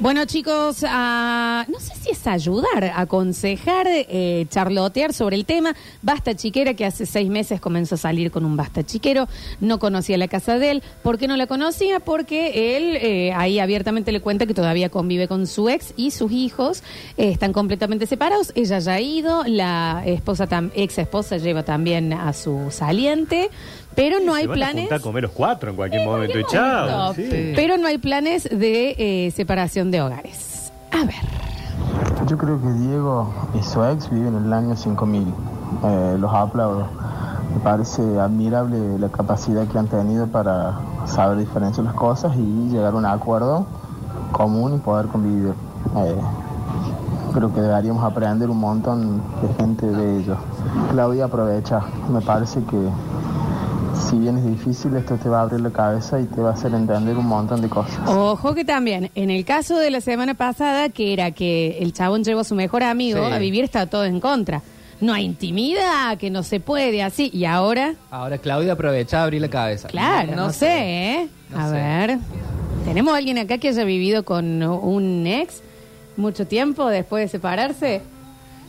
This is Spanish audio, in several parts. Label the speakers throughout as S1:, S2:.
S1: Bueno, chicos, ah, no sé si es ayudar, aconsejar, eh, charlotear sobre el tema. Basta Chiquera, que hace seis meses comenzó a salir con un Basta Chiquero, no conocía la casa de él. ¿Por qué no la conocía? Porque él eh, ahí abiertamente le cuenta que todavía convive con su ex y sus hijos eh, están completamente separados. Ella ya ha ido, la esposa tam- ex esposa lleva también a su saliente, pero no hay
S2: Se van a
S1: planes.
S2: juntar a comer los cuatro en
S3: este
S2: cualquier momento. Y
S1: Qué
S2: chao.
S1: bonito.
S2: sí.
S1: Pero no hay planes de eh, separación de hogares. A ver.
S4: Yo creo que Diego y su ex viven en el año 5000. Eh, los aplaudo. Me parece admirable la capacidad que han tenido para saber diferenciar las cosas y llegar a un acuerdo común y poder convivir. Eh, creo que deberíamos aprender un montón de gente de ellos. Claudia aprovecha. Me parece que si bien es difícil, esto te va a abrir la cabeza y te va a hacer entender un montón de cosas.
S1: Ojo que también, en el caso de la semana pasada, que era que el chabón llevó a su mejor amigo
S3: Sí.
S1: a vivir, está todo en contra. No hay intimidad, que no se puede, así. Y ahora,
S3: Ahora Claudia aprovecha a abrir la cabeza.
S1: claro, no, sé, ¿eh?
S3: No
S1: a
S3: sé.
S1: ver, ¿tenemos alguien acá que haya vivido con un ex mucho tiempo después de separarse?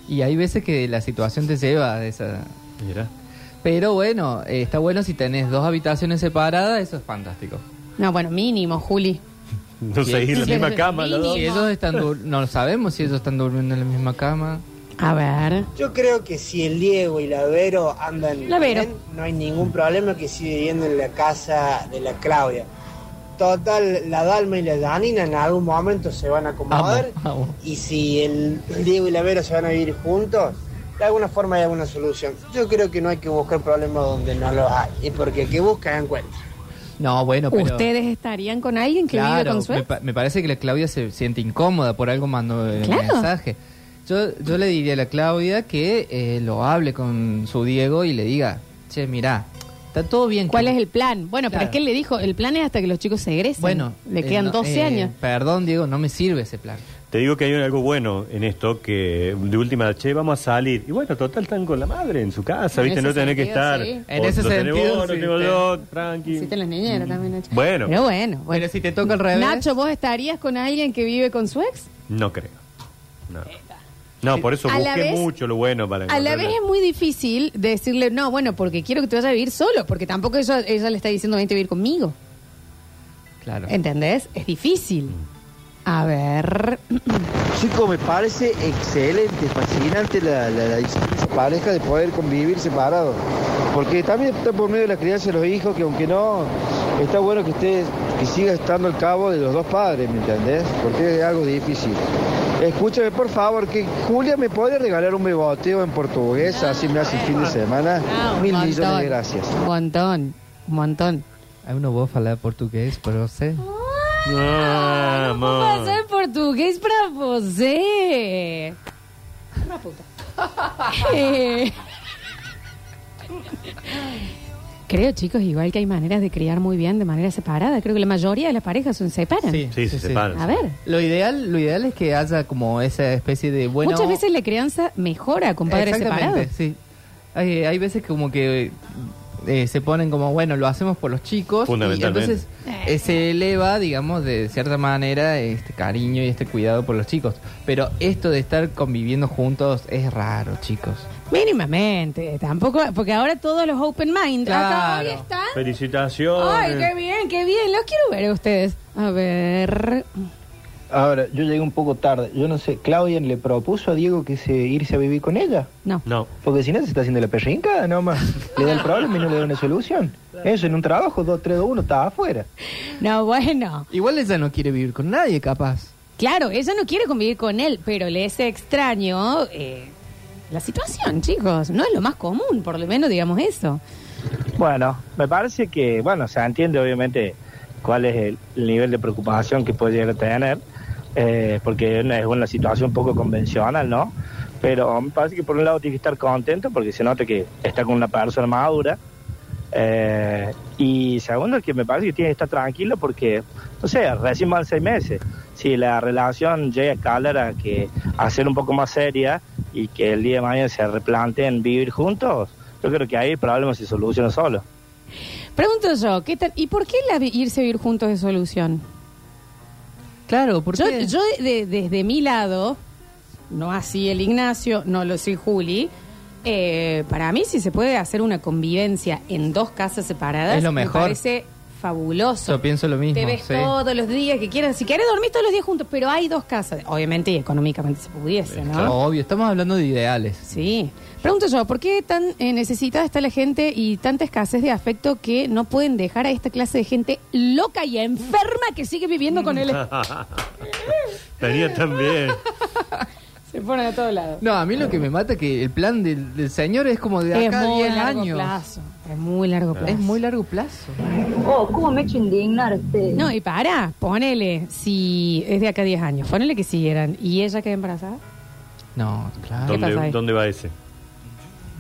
S3: Y hay veces que la situación te lleva a esa.
S2: Mira.
S3: Pero bueno, eh, está bueno si tenés dos habitaciones separadas, eso es fantástico.
S1: No, bueno, mínimo, Juli.
S2: No seguís en la
S1: Sí,
S2: misma
S1: sí,
S2: cama, los dos.
S3: Si ellos están dur- no lo sabemos si ellos están durmiendo en la misma cama.
S1: A ver.
S5: Yo creo que si el Diego y la Vero andan
S1: La Vero.
S5: bien, no hay ningún problema que siga viviendo en la casa de la Claudia. Total, la Dalma y la Danina en algún momento se van a acomodar.
S3: Vamos, vamos.
S5: Y si el Diego y la Vero se van a vivir juntos, de alguna forma hay alguna solución. Yo creo que no hay que buscar problemas donde no los hay. Y porque el que busca encuentra.
S3: No, bueno, pero.
S1: ¿Ustedes estarían con alguien que vive
S3: Claro,
S1: con su
S3: me,
S1: ex?
S3: pa- me parece que la Claudia se siente incómoda por algo mandó el
S1: Claro.
S3: mensaje. Yo, yo le diría a la Claudia que eh, lo hable con su Diego y le diga, che, mirá, está todo bien.
S1: ¿Cuál
S3: que-
S1: es el plan? Bueno, pero
S3: Claro.
S1: es que él le dijo, el plan es hasta que los chicos se egresen.
S3: Bueno,
S1: Le
S3: eh,
S1: quedan
S3: no,
S1: 12
S3: eh,
S1: años.
S3: Perdón, Diego, no me sirve ese plan.
S2: Te digo que hay algo bueno en esto, que de última, che, vamos a salir. Y bueno, total, están con la madre en su casa,
S1: En
S2: ¿viste?
S1: ese
S2: No tenés que
S1: sentido,
S2: estar.
S1: sí.
S3: En
S2: o
S3: ese
S2: lo tenés
S3: sentido,
S2: vos, lo
S3: sí,
S2: tengo
S3: te-
S2: yo, tranqui.
S1: Existen las niñeras también, Nacho.
S2: Bueno.
S1: Pero bueno, bueno.
S3: Bueno, mm. si te toca el revés.
S1: Nacho, ¿vos estarías con alguien que vive con su ex?
S2: No creo. No. No, por eso
S1: A la
S2: busqué
S1: vez-
S2: mucho lo bueno para
S1: A la
S2: encontrar
S1: vez es muy difícil decirle, no, bueno, porque quiero que te vayas a vivir solo, porque tampoco ella, ella le está diciendo, vente a vivir conmigo.
S3: Claro.
S1: ¿Entendés? Es difícil.
S3: Mm.
S1: A ver.
S6: Chicos, me parece excelente, fascinante la, la, la decisión de esa pareja de poder convivir separados. Porque también está por medio de la crianza de los hijos, que aunque no, está bueno que estés, que siga estando al cabo de los dos padres, ¿me entendés? Porque es algo difícil. Escúchame, por favor, que Julia me puede regalar un beboteo en portugués, así me hace el fin de semana.
S1: Ah, un
S6: Mil
S1: montón.
S6: millones de gracias.
S1: Un montón, un montón.
S3: Hay uno vos hablar portugués, pero sé.
S2: Ah,
S1: ¿Cómo
S2: amor.
S1: pasa en portugués para você? Una puta. Eh. Creo, chicos, igual que hay maneras de criar muy bien de manera separada. Creo que la mayoría de las parejas son separan.
S3: Sí.
S2: Sí, se separan.
S1: A ver.
S3: Lo ideal, lo ideal es que haya como esa especie de bueno.
S1: Muchas veces la crianza mejora con padres
S3: Exactamente,
S1: separados.
S3: Sí. Hay, hay veces como que eh, se ponen como, bueno, lo hacemos por los chicos. Y
S2: Fundamentalmente.
S3: entonces eh, se eleva, digamos, de cierta manera este cariño y este cuidado por los chicos. Pero esto de estar conviviendo juntos es raro, chicos.
S1: Mínimamente, tampoco, porque ahora todos los open mind acá hoy
S3: Claro.
S1: están.
S2: Felicitaciones.
S1: Ay, qué bien, qué bien. Los quiero ver a ustedes. A ver.
S4: Ahora, yo llegué un poco tarde. Yo no sé, ¿Claudia le propuso a Diego que se irse a vivir con ella?
S1: No.
S2: No.
S4: Porque si no Pues se está haciendo la perrincada nomás. Le da el problema y no le da una solución. Eso en un trabajo, 2, 3, 2, 1, está afuera.
S1: No, bueno.
S3: Igual ella no quiere vivir con nadie, capaz.
S1: Claro, ella no quiere convivir con él, pero le es extraño eh, la situación, chicos. No es lo más común, por lo menos digamos eso.
S7: Bueno, me parece que, bueno, se entiende obviamente cuál es el, el nivel de preocupación que puede llegar a tener, eh, porque no es una situación poco convencional, ¿no? Pero me parece que por un lado tiene que estar contento porque se nota que está con una persona madura. eh, y segundo, que me parece que tiene que estar tranquilo porque, no sé, recién van seis meses. Si la relación llega a escalar a, que, a ser un poco más seria y que el día de mañana se replanteen vivir juntos, yo creo que ahí el problema se soluciona solo.
S1: Pregunto yo, ¿qué tal? ¿Y por qué la vi- irse a vivir juntos es solución?
S3: Claro, ¿por
S1: yo,
S3: qué?
S1: yo de- desde mi lado, no así el Ignacio, no lo sé Juli, eh, para mí si se puede hacer una convivencia en dos casas separadas,
S3: Es lo mejor.
S1: me parece fabuloso.
S3: Yo pienso lo mismo,
S1: Te ves
S3: sí.
S1: todos los días que quieras. Si querés dormir todos los días juntos, pero hay dos casas. Obviamente y económicamente se pudiese, ¿no?
S2: Ah,
S3: Claro, Obvio, estamos hablando de ideales.
S1: Sí. Pregunto yo, ¿por qué tan eh, necesitada está la gente y tanta escasez de afecto que no pueden dejar a esta clase de gente loca y enferma que sigue viviendo con
S2: Ah.
S1: él?
S2: Estaría también.
S1: Se pone de todos lados.
S3: No, a mí lo que me mata es que el plan del, del señor es como de
S1: Es
S3: acá a
S1: muy
S3: 10
S1: largo
S3: años.
S1: plazo. Es muy largo plazo.
S3: Es muy largo plazo.
S8: Oh, cómo me he hecho indignar este.
S1: No, y para, ponele, si es de acá a 10 años, ponele que siguieran. ¿Y ella queda embarazada?
S3: No, claro.
S1: pasa
S2: ¿Dónde,
S1: ahí?
S2: ¿Dónde va ese?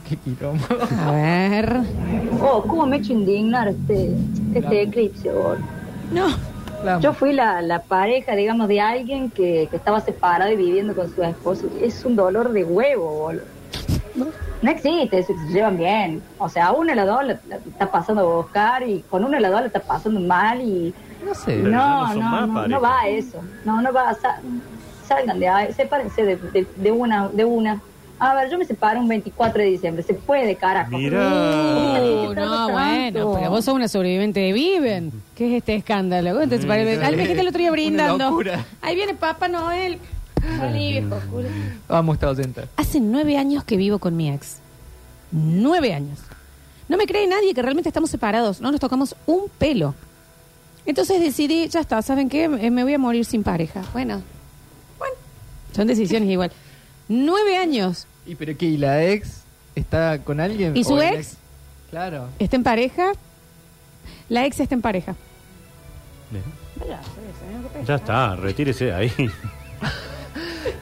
S3: Qué quilombo.
S1: A ver.
S8: Oh, cómo me he hecho indignar este, este eclipse, boludo.
S1: No.
S3: La-
S8: Yo fui la, la pareja, digamos, de alguien que, que estaba separado y viviendo con su esposo. Es un dolor de huevo, boludo. No existe eso, que se llevan bien. O sea, a uno de los dos la, la está pasando a buscar y con uno de los dos la está pasando mal y...
S3: No sé.
S2: Pero ya no
S8: No,
S2: son
S8: no,
S2: más
S8: no, no
S2: pareja.
S8: va a eso. No, no va a... sa- salgan de ahí, sepárense de, de- de una, de una. A ver, yo me separo un 24 de diciembre. Se puede, carajo.
S2: Mira.
S1: Uh, no, bueno, pero vos sos una sobreviviente de Viven. ¿Qué es este escándalo? ¿Cómo te separás de- Ay, me dijiste el otro día
S3: Una
S1: brindando.
S3: locura.
S1: Ahí viene Papá Noel. Vení, viejo culo.
S3: Vamos, está atenta.
S1: Hace nueve años que vivo con mi ex. Nueve años. No me cree nadie que realmente estamos separados. No nos tocamos un pelo. Entonces decidí, ya está, ¿saben qué? Eh, Me voy a morir sin pareja. Bueno, bueno, son decisiones igual. Nueve años.
S3: ¿Y pero qué? ¿Y la ex está con alguien?
S1: ¿Y su
S3: ¿O el
S1: ex?
S3: Claro.
S1: ¿Está en pareja? La ex está en pareja.
S2: Ya está, retírese de ahí.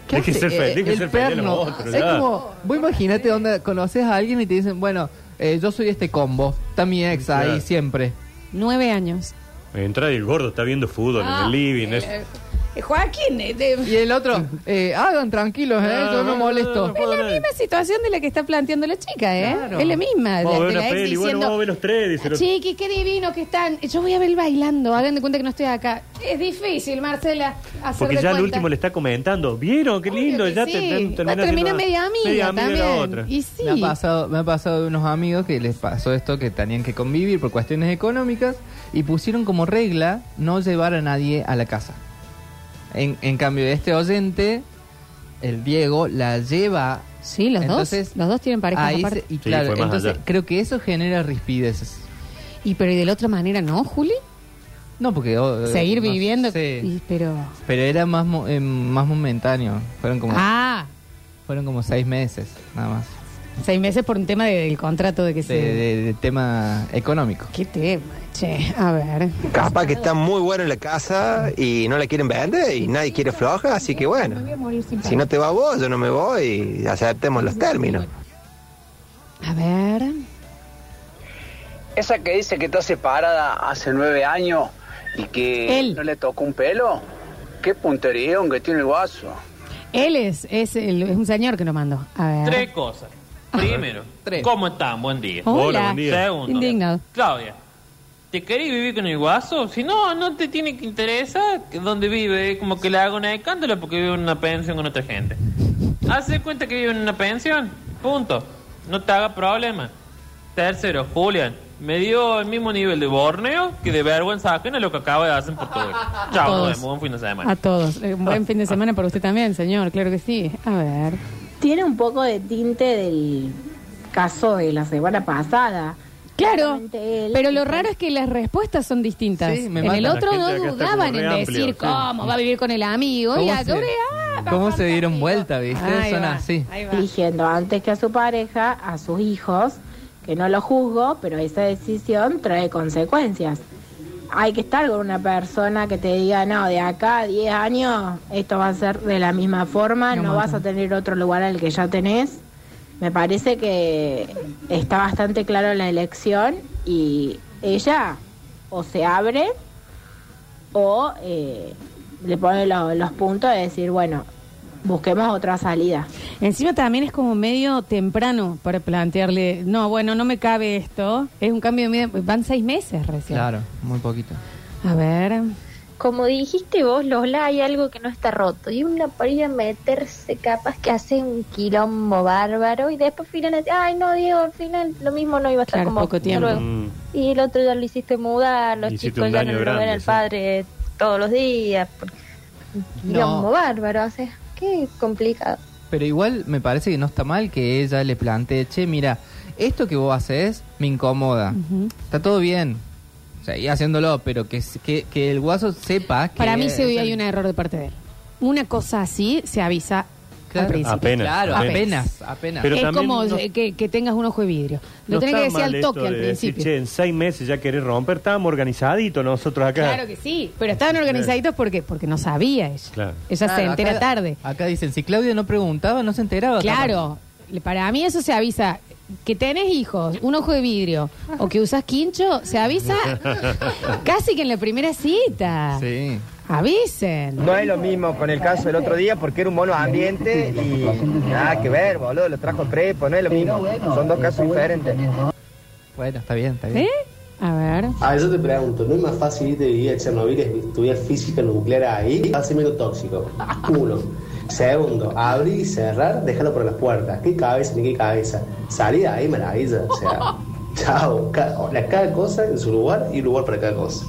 S3: ¿Qué
S2: Hay que
S3: hace?
S2: ser feliz,
S3: Eh,
S2: hay que
S3: el
S2: ser feliz a
S3: perno.
S2: los otros,
S3: Es
S2: ya.
S3: como, vos imaginate donde conoces a alguien y te dicen, bueno, eh, yo soy este combo, está mi ex ahí
S2: Claro.
S3: siempre.
S1: Nueve años.
S2: Entra y el gordo está viendo fútbol
S1: Ah,
S2: en el living. es-
S1: eh, Joaquín, eh, de-
S3: Y el otro, eh, hagan tranquilos, eh, yo no molesto.
S2: puedo
S1: es la
S2: creer.
S1: misma situación de la que está planteando la chica, ¿eh?
S3: Claro.
S1: Es la misma.
S2: Vamos a
S1: de,
S2: ver
S1: de
S2: una
S1: la ex
S2: peli, bueno,
S1: diciendo,
S2: vamos a ver los tres, dice el otro.
S1: Chiqui, qué divino que están. Yo voy a ver bailando, hagan de cuenta que no estoy acá. Es difícil, Marcela, hacer
S2: Porque
S1: de
S2: ya al
S1: cuenta.
S2: último le está comentando. ¿Vieron? Qué
S1: Obvio
S2: lindo.
S1: que
S2: Ya
S1: sí.
S2: te, te-
S1: Va,
S2: terminás
S1: termina
S2: siendo-
S1: media amiga,
S2: media amiga de
S1: también.
S2: la otra.
S1: Y sí.
S3: Me ha, pasado, me ha pasado de unos amigos que les pasó esto, que tenían que convivir por cuestiones económicas y pusieron como regla no llevar a nadie a la casa. En, en cambio, este oyente, el Diego, la lleva...
S1: Sí, los
S3: Entonces,
S1: dos. Los dos tienen pareja
S3: ahí
S1: aparte.
S3: se- y
S2: Sí,
S3: claro,
S2: fue más
S3: entonces
S2: allá.
S3: creo que eso genera rispideces.
S1: Y pero y de la otra manera, ¿no, Juli?
S3: No, porque... oh, eh,
S1: Seguir
S3: no
S1: viviendo.
S3: sé.
S1: y- pero.
S3: Pero era más mo- eh, más momentáneo. Fueron como
S1: Ah,
S3: fueron como seis meses, nada más.
S1: seis meses por un tema de- del contrato de que
S3: De,
S1: se.
S3: de- de tema económico.
S1: Qué tema, che. A ver.
S9: Capaz que está muy buena la casa y no la quieren vender y nadie quiere floja, así que bueno. Si no te va vos, yo no me voy y aceptemos los términos.
S1: A ver.
S10: Esa que dice que está separada hace nueve años y que
S1: Él.
S10: Eh, no le tocó un pelo. Qué puntería, aunque tiene el guaso.
S1: Él es, es, el- es un señor que lo mandó. A ver.
S11: Tres cosas. Primero,
S3: Tres.
S11: ¿cómo están? Buen día.
S1: Hola.
S2: Hola, buen día.
S11: Segundo.
S1: Indignado.
S11: Claudia, ¿te querés vivir con el guaso? Si no, no te tiene que interesar que- dónde vive. Es Como que le haga un escándalo porque vive en una pensión con otra gente. Hace cuenta que vive en una pensión. Punto. No te haga problema. Tercero, Julian. Me dio el mismo nivel de borneo que de vergüenza ajena lo que acaba de hacer por todo. Chao, nos
S1: todos.
S11: vemos. Buen fin de semana.
S1: A todos. Eh, Un
S2: Ah.
S1: buen fin de semana para usted también, señor. Claro que sí. A ver.
S12: Tiene un poco de tinte del caso de la semana pasada.
S1: Claro,
S12: Solamente él.
S1: pero lo raro es que las respuestas son distintas.
S3: Sí, me
S1: en el
S3: mata.
S1: otro
S2: La
S1: no
S2: gente acá está
S1: dudaban
S2: como
S1: en
S2: re amplio,
S1: decir
S2: sí.
S1: cómo va a vivir con el amigo y
S3: ¿Cómo
S1: acá,
S3: se-
S1: ah, va
S3: cómo se dieron
S1: fantástico.
S3: vuelta, viste?
S1: Ahí
S3: Son
S1: va,
S3: así.
S1: ahí va.
S12: Eligiendo antes que a su pareja, a sus hijos, que no lo juzgo, pero esa decisión trae consecuencias. Hay que estar con una persona que te diga, no, de acá a 10 años esto va a ser de la misma forma,
S1: No
S12: no,
S1: mata.
S12: vas a tener otro lugar al que ya tenés. Me parece que está bastante claro la elección y ella o se abre o eh, le pone lo- los puntos de decir, bueno, busquemos otra salida.
S1: Encima también es como medio temprano para plantearle, no, bueno, no me cabe esto. Es un cambio de medio, van seis meses recién.
S3: Claro, muy poquito.
S1: A ver.
S11: Como dijiste vos, Lola, hay algo que no está roto. Y una por ir a meterse capaz que hace un quilombo bárbaro y después final, ay no, Diego, al final lo mismo no iba a estar
S1: Claro,
S11: como
S1: poco tiempo.
S11: luego.
S1: Mm.
S11: Y el otro ya lo hiciste mudar, los
S1: Hiciste
S11: chicos
S1: un
S11: ya
S1: daño
S11: no lo ven
S1: grande,
S11: al
S1: sí.
S11: padre todos los días. porque- Un quilombo bárbaro, o sea, qué complicado.
S3: Pero igual me parece que no está mal que ella le plantee, che, mira, esto que vos haces me incomoda. Está todo bien. Seguí haciéndolo, pero que, que, que el guaso sepa que...
S1: Para mí se
S3: o
S1: hoy
S3: sea,
S1: hay un error de parte de él. Una cosa así se avisa
S3: Claro.
S1: al principio.
S3: Apenas, Claro, apenas, apenas. Pero
S1: es
S3: también
S1: como
S3: no-
S1: eh, que, que tengas un ojo de vidrio. Lo
S2: No
S1: tenés
S2: está
S1: que decir
S2: mal
S1: al
S2: esto
S1: toque al
S2: de decir,
S1: principio.
S2: che, en seis meses ya querés romper. Estábamos organizaditos nosotros acá.
S1: Claro que sí, pero estaban organizaditos porque porque no sabía ella.
S2: Claro.
S1: Ella se
S3: Claro,
S1: entera
S3: acá-
S1: tarde.
S3: Acá dicen, si Claudia no preguntaba, no se enteraba.
S1: Claro, le- para mí eso se avisa. Que tenés hijos, un ojo de vidrio o que usas quincho, se avisa casi que en la primera cita.
S3: Sí.
S1: Avisen.
S13: No es lo mismo con el caso del otro día porque era un mono ambiente y nada que ver, boludo, lo trajo prepo, no es lo mismo. Son dos casos diferentes.
S3: Bueno, está bien, está bien.
S1: ¿Eh? A ver.
S4: Ah, yo te pregunto, ¿no es más fácil irte de vivir a Chernobyl es estudiar física nuclear ahí? Hace menos tóxico. Uno. Segundo, abrir y cerrar, dejarlo por las puertas. ¿Qué cabeza ni qué cabeza? Salir de ahí, maravilla. O sea, chao. Ca- la- cada cosa en su lugar y lugar para cada cosa.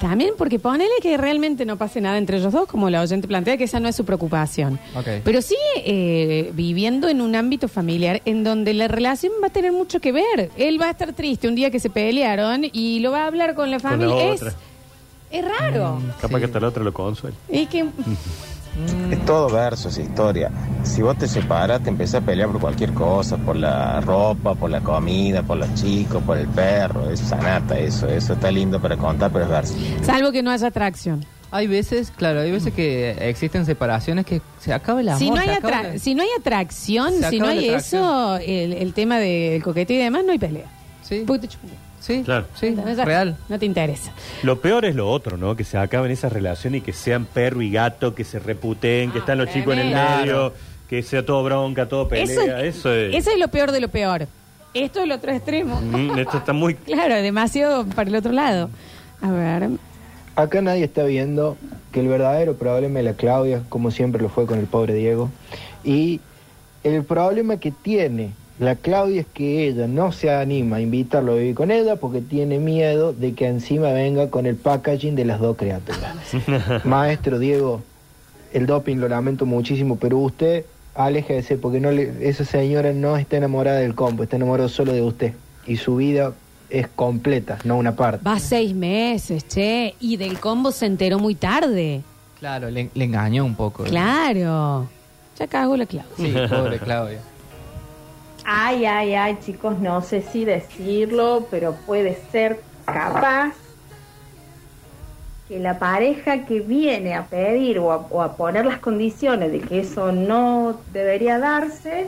S1: También porque ponele que realmente no pase nada entre ellos dos, como la oyente plantea, que esa no es su preocupación. Pero sí eh, viviendo en un ámbito familiar en donde la relación va a tener mucho que ver. Él va a estar triste un día que se pelearon y lo va a hablar con la Mm.
S2: Con la
S1: familia. es,
S2: otra.
S1: es raro.
S2: Capaz que hasta la otra lo consuela.
S1: Y que
S14: Es todo verso esa historia. Si vos te separas, te empezás a pelear por cualquier cosa, por la ropa, por la comida, por los chicos, por el perro, es sanata eso, eso está lindo para contar, pero es verso.
S1: Salvo que no haya atracción.
S3: Hay veces, claro, hay veces que existen separaciones que se acaba el amor.
S1: Si no, hay
S3: se acaba
S1: atra-
S3: la-
S1: si no hay atracción,
S3: Se
S1: si no
S3: acaba la
S1: hay eso, el, el tema del coqueteo y demás, no hay pelea.
S3: Sí. Sí.
S2: Claro.
S1: real. No te interesa.
S2: Lo peor es lo otro, ¿no? Que se acaben esas relaciones y que sean perro y gato, que se reputeen, que están los chicos en el
S1: Ah, tremendo.
S2: medio, que sea todo bronca, todo pelea. Eso,
S1: Eso,
S2: es.
S1: eso es lo peor de lo peor. Esto es el otro extremo.
S2: Mm, esto está muy.
S1: Claro, demasiado para el otro lado. A ver.
S13: Acá nadie está viendo que el verdadero problema es la Claudia, como siempre lo fue con el pobre Diego. Y el problema que tiene la Claudia es que ella no se anima a invitarlo a vivir con ella porque tiene miedo de que encima venga con el packaging de las dos criaturas. Maestro Diego, el doping lo lamento muchísimo, pero usted aléjese porque no le- esa señora no está enamorada del combo, está enamorada solo de usted. Y su vida es completa, no una parte.
S1: Va seis meses, che. Y del combo se enteró muy tarde.
S3: Claro, le, le engañó un poco.
S1: Claro. Ya cago la clave.
S3: Sí, pobre Claudia.
S8: Ay, ay, ay, chicos, no sé si decirlo, pero puede ser capaz que la pareja que viene a pedir o a, o a poner las condiciones de que eso no debería darse,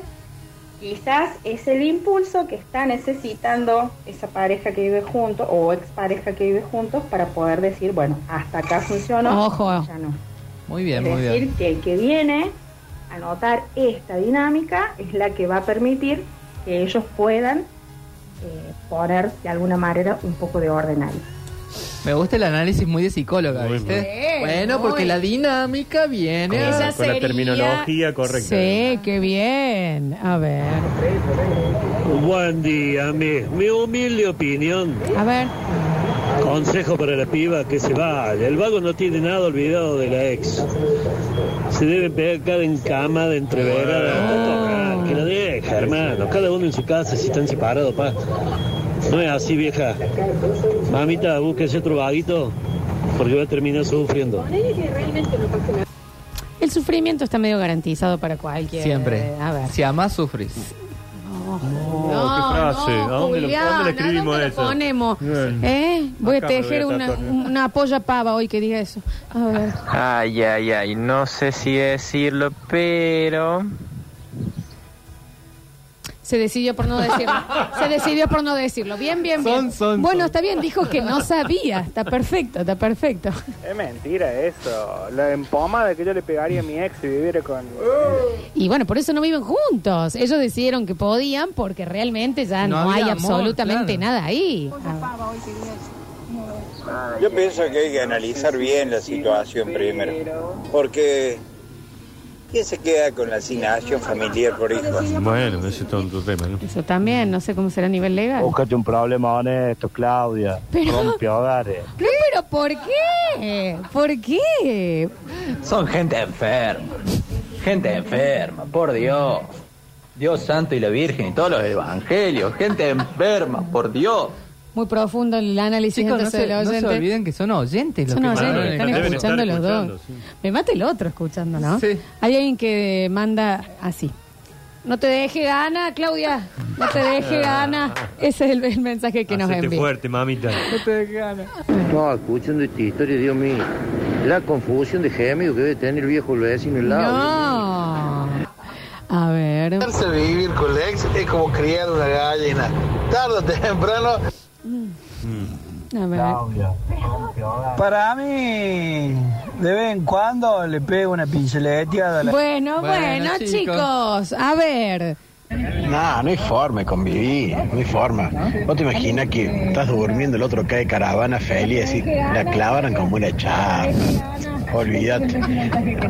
S8: quizás es el impulso que está necesitando esa pareja que vive juntos o expareja que vive juntos para poder decir, bueno, hasta acá funcionó,
S1: Ojo.
S8: ya no.
S3: Muy bien,
S8: Es
S3: muy
S8: decir,
S3: bien.
S8: que el que viene a notar esta dinámica es la que va a permitir que ellos puedan eh, poner de alguna manera un poco de orden ahí.
S3: Me gusta el análisis muy de psicóloga, ¿viste?
S8: bien.
S3: bueno,
S8: Muy
S3: porque la dinámica viene...
S2: Con,
S3: a-
S2: con la terminología correcta.
S1: Sí, qué bien. A ver.
S7: Buen día, mi, mi humilde opinión.
S1: A ver.
S7: Consejo para la piba que se vaya. El vago no tiene nada olvidado de la ex. Se deben pegar cada encamada entreverada. hasta tocar. ah, Que la deja, hermano. Cada uno en su casa si están separados, pa. No es así, vieja. Mamita, búsquese otro vaguito porque va a terminar sufriendo.
S1: El sufrimiento está medio garantizado para cualquier.
S3: Siempre.
S1: A ver.
S3: Si amás, sufrís.
S1: No,
S2: Oh, qué frase.
S1: no,
S2: ¿A dónde, lo-
S1: Julián,
S2: dónde le
S1: ¿a
S2: escribimos
S1: dónde lo
S2: eso?
S1: ponemos?
S2: Bien.
S1: ¿Eh? Voy
S2: Acá
S1: a
S2: me lo
S1: tejer
S2: voy a
S1: una,
S2: tatuar.
S1: una polla pava hoy que diga eso. A ver.
S15: Ay, ay, ay, no sé si decirlo, pero...
S1: Se decidió por no decirlo. Se decidió por no decirlo. Bien, bien, bien.
S16: Son, son,
S1: bueno,
S16: son.
S1: está bien, dijo que no sabía. Está perfecto, está perfecto.
S16: Es mentira eso. La empomada que yo le pegaría a mi ex si viviera con.
S1: Y bueno, por eso no viven juntos. Ellos decidieron que podían porque realmente ya no,
S16: No
S1: hay
S16: había amor,
S1: absolutamente
S16: claro.
S1: nada ahí.
S17: Yo pienso que hay que analizar bien la situación primero, porque ¿quién se queda con la asignación familiar por hijos?
S2: Bueno, ese es todo tu tema, ¿no?
S1: Eso también, no sé cómo será a nivel legal.
S7: Búscate un problema honesto, Claudia.
S1: Pero-
S7: Rompe hogares.
S1: No, pero ¿por qué? ¿Por qué?
S18: Son gente enferma. Gente enferma, por Dios. Dios Santo y la Virgen y todos los evangelios. Gente enferma, por Dios.
S1: Muy profundo el análisis
S3: Chicos, no
S1: entonces
S3: se,
S1: del
S3: no se
S1: oyente.
S3: olviden que son oyentes los
S1: Son
S3: que
S1: oyentes,
S3: mandan el
S1: están
S3: correo.
S1: escuchando los dos. Me mata el otro escuchando, ¿no?
S3: Sí.
S1: Hay alguien que manda así. No te deje gana, Claudia. No te deje gana. Ese es el, el mensaje que nos
S2: Hacete
S1: envía.
S2: fuerte, mamita.
S1: No te deje gana.
S19: No, escuchando esta historia, Dios mío. La confusión de gémido que debe tener el viejo vecino al lado.
S1: No. A ver.
S20: Vivir con la ex es como criar una gallina. Tarde o temprano.
S1: A ver.
S21: Para mí, de vez en cuando le pego una pinceleteada a la...
S1: Bueno, bueno, chicos. A ver.
S4: No, no hay forma de convivir, no hay forma. ¿Vos te imaginas que estás durmiendo, el otro cae caravana feliz y la clavaran como una chapa? Olvídate.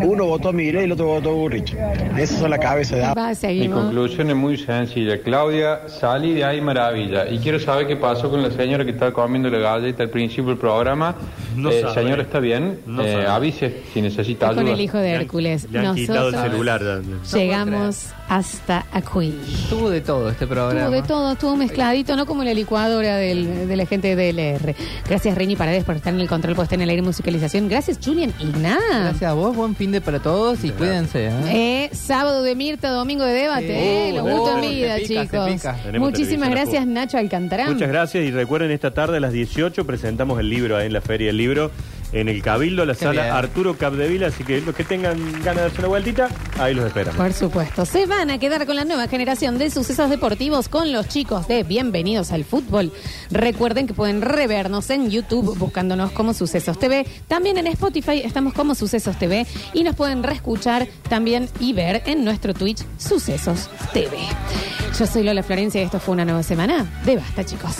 S4: Uno votó a Milei y el otro votó a Burrich. Esas son las cabezas de...
S1: Va,
S11: Mi
S1: seguimos.
S11: conclusión es muy sencilla. Claudia, salí de ahí maravilla. Y quiero saber qué pasó con la señora que estaba comiendo la galleta al principio del programa.
S2: No
S11: Eh,
S2: sabe.
S11: señora, ¿está bien?
S2: No
S11: Eh,
S2: sabe.
S11: avise si necesita
S1: Con
S11: ayuda.
S1: el hijo de Hércules.
S2: Le han quitado el
S1: Nosotros
S2: celular.
S1: Llegamos hasta aquí.
S3: Tuvo de todo este programa.
S1: Estuvo de todo, estuvo mezcladito, no como la licuadora del- de la gente de DLR. Gracias, Reini Paredes, por estar en el control puesto en el aire y musicalización. Gracias, Julian Igná.
S3: Gracias a vos, buen fin de para todos y cuídense. ¿eh?
S1: Eh, sábado de Mirta, domingo de debate. eh,
S3: Sí.
S1: los
S3: Oh,
S1: gustos en
S3: se
S1: vida,
S3: pica, se
S1: chicos.
S3: pica.
S2: Tenemos
S1: Muchísimas
S2: televisión a
S1: gracias, Nacho Alcantarán.
S2: Muchas gracias y recuerden esta tarde a las 18 presentamos el libro ahí en la Feria del Libro en el Cabildo, la
S1: Qué
S2: sala
S1: bien.
S2: Arturo Capdevila, así que los que tengan ganas de darse una vueltita, ahí los esperamos.
S1: Por supuesto, se van a quedar con la nueva generación de sucesos deportivos con los chicos de Bienvenidos al Fútbol. Recuerden que pueden revernos en YouTube buscándonos como Sucesos TV. También en Spotify estamos como Sucesos TV y nos pueden reescuchar también y ver en nuestro Twitch Sucesos TV. Yo soy Lola Florencia y esto fue una nueva semana de Basta, chicos.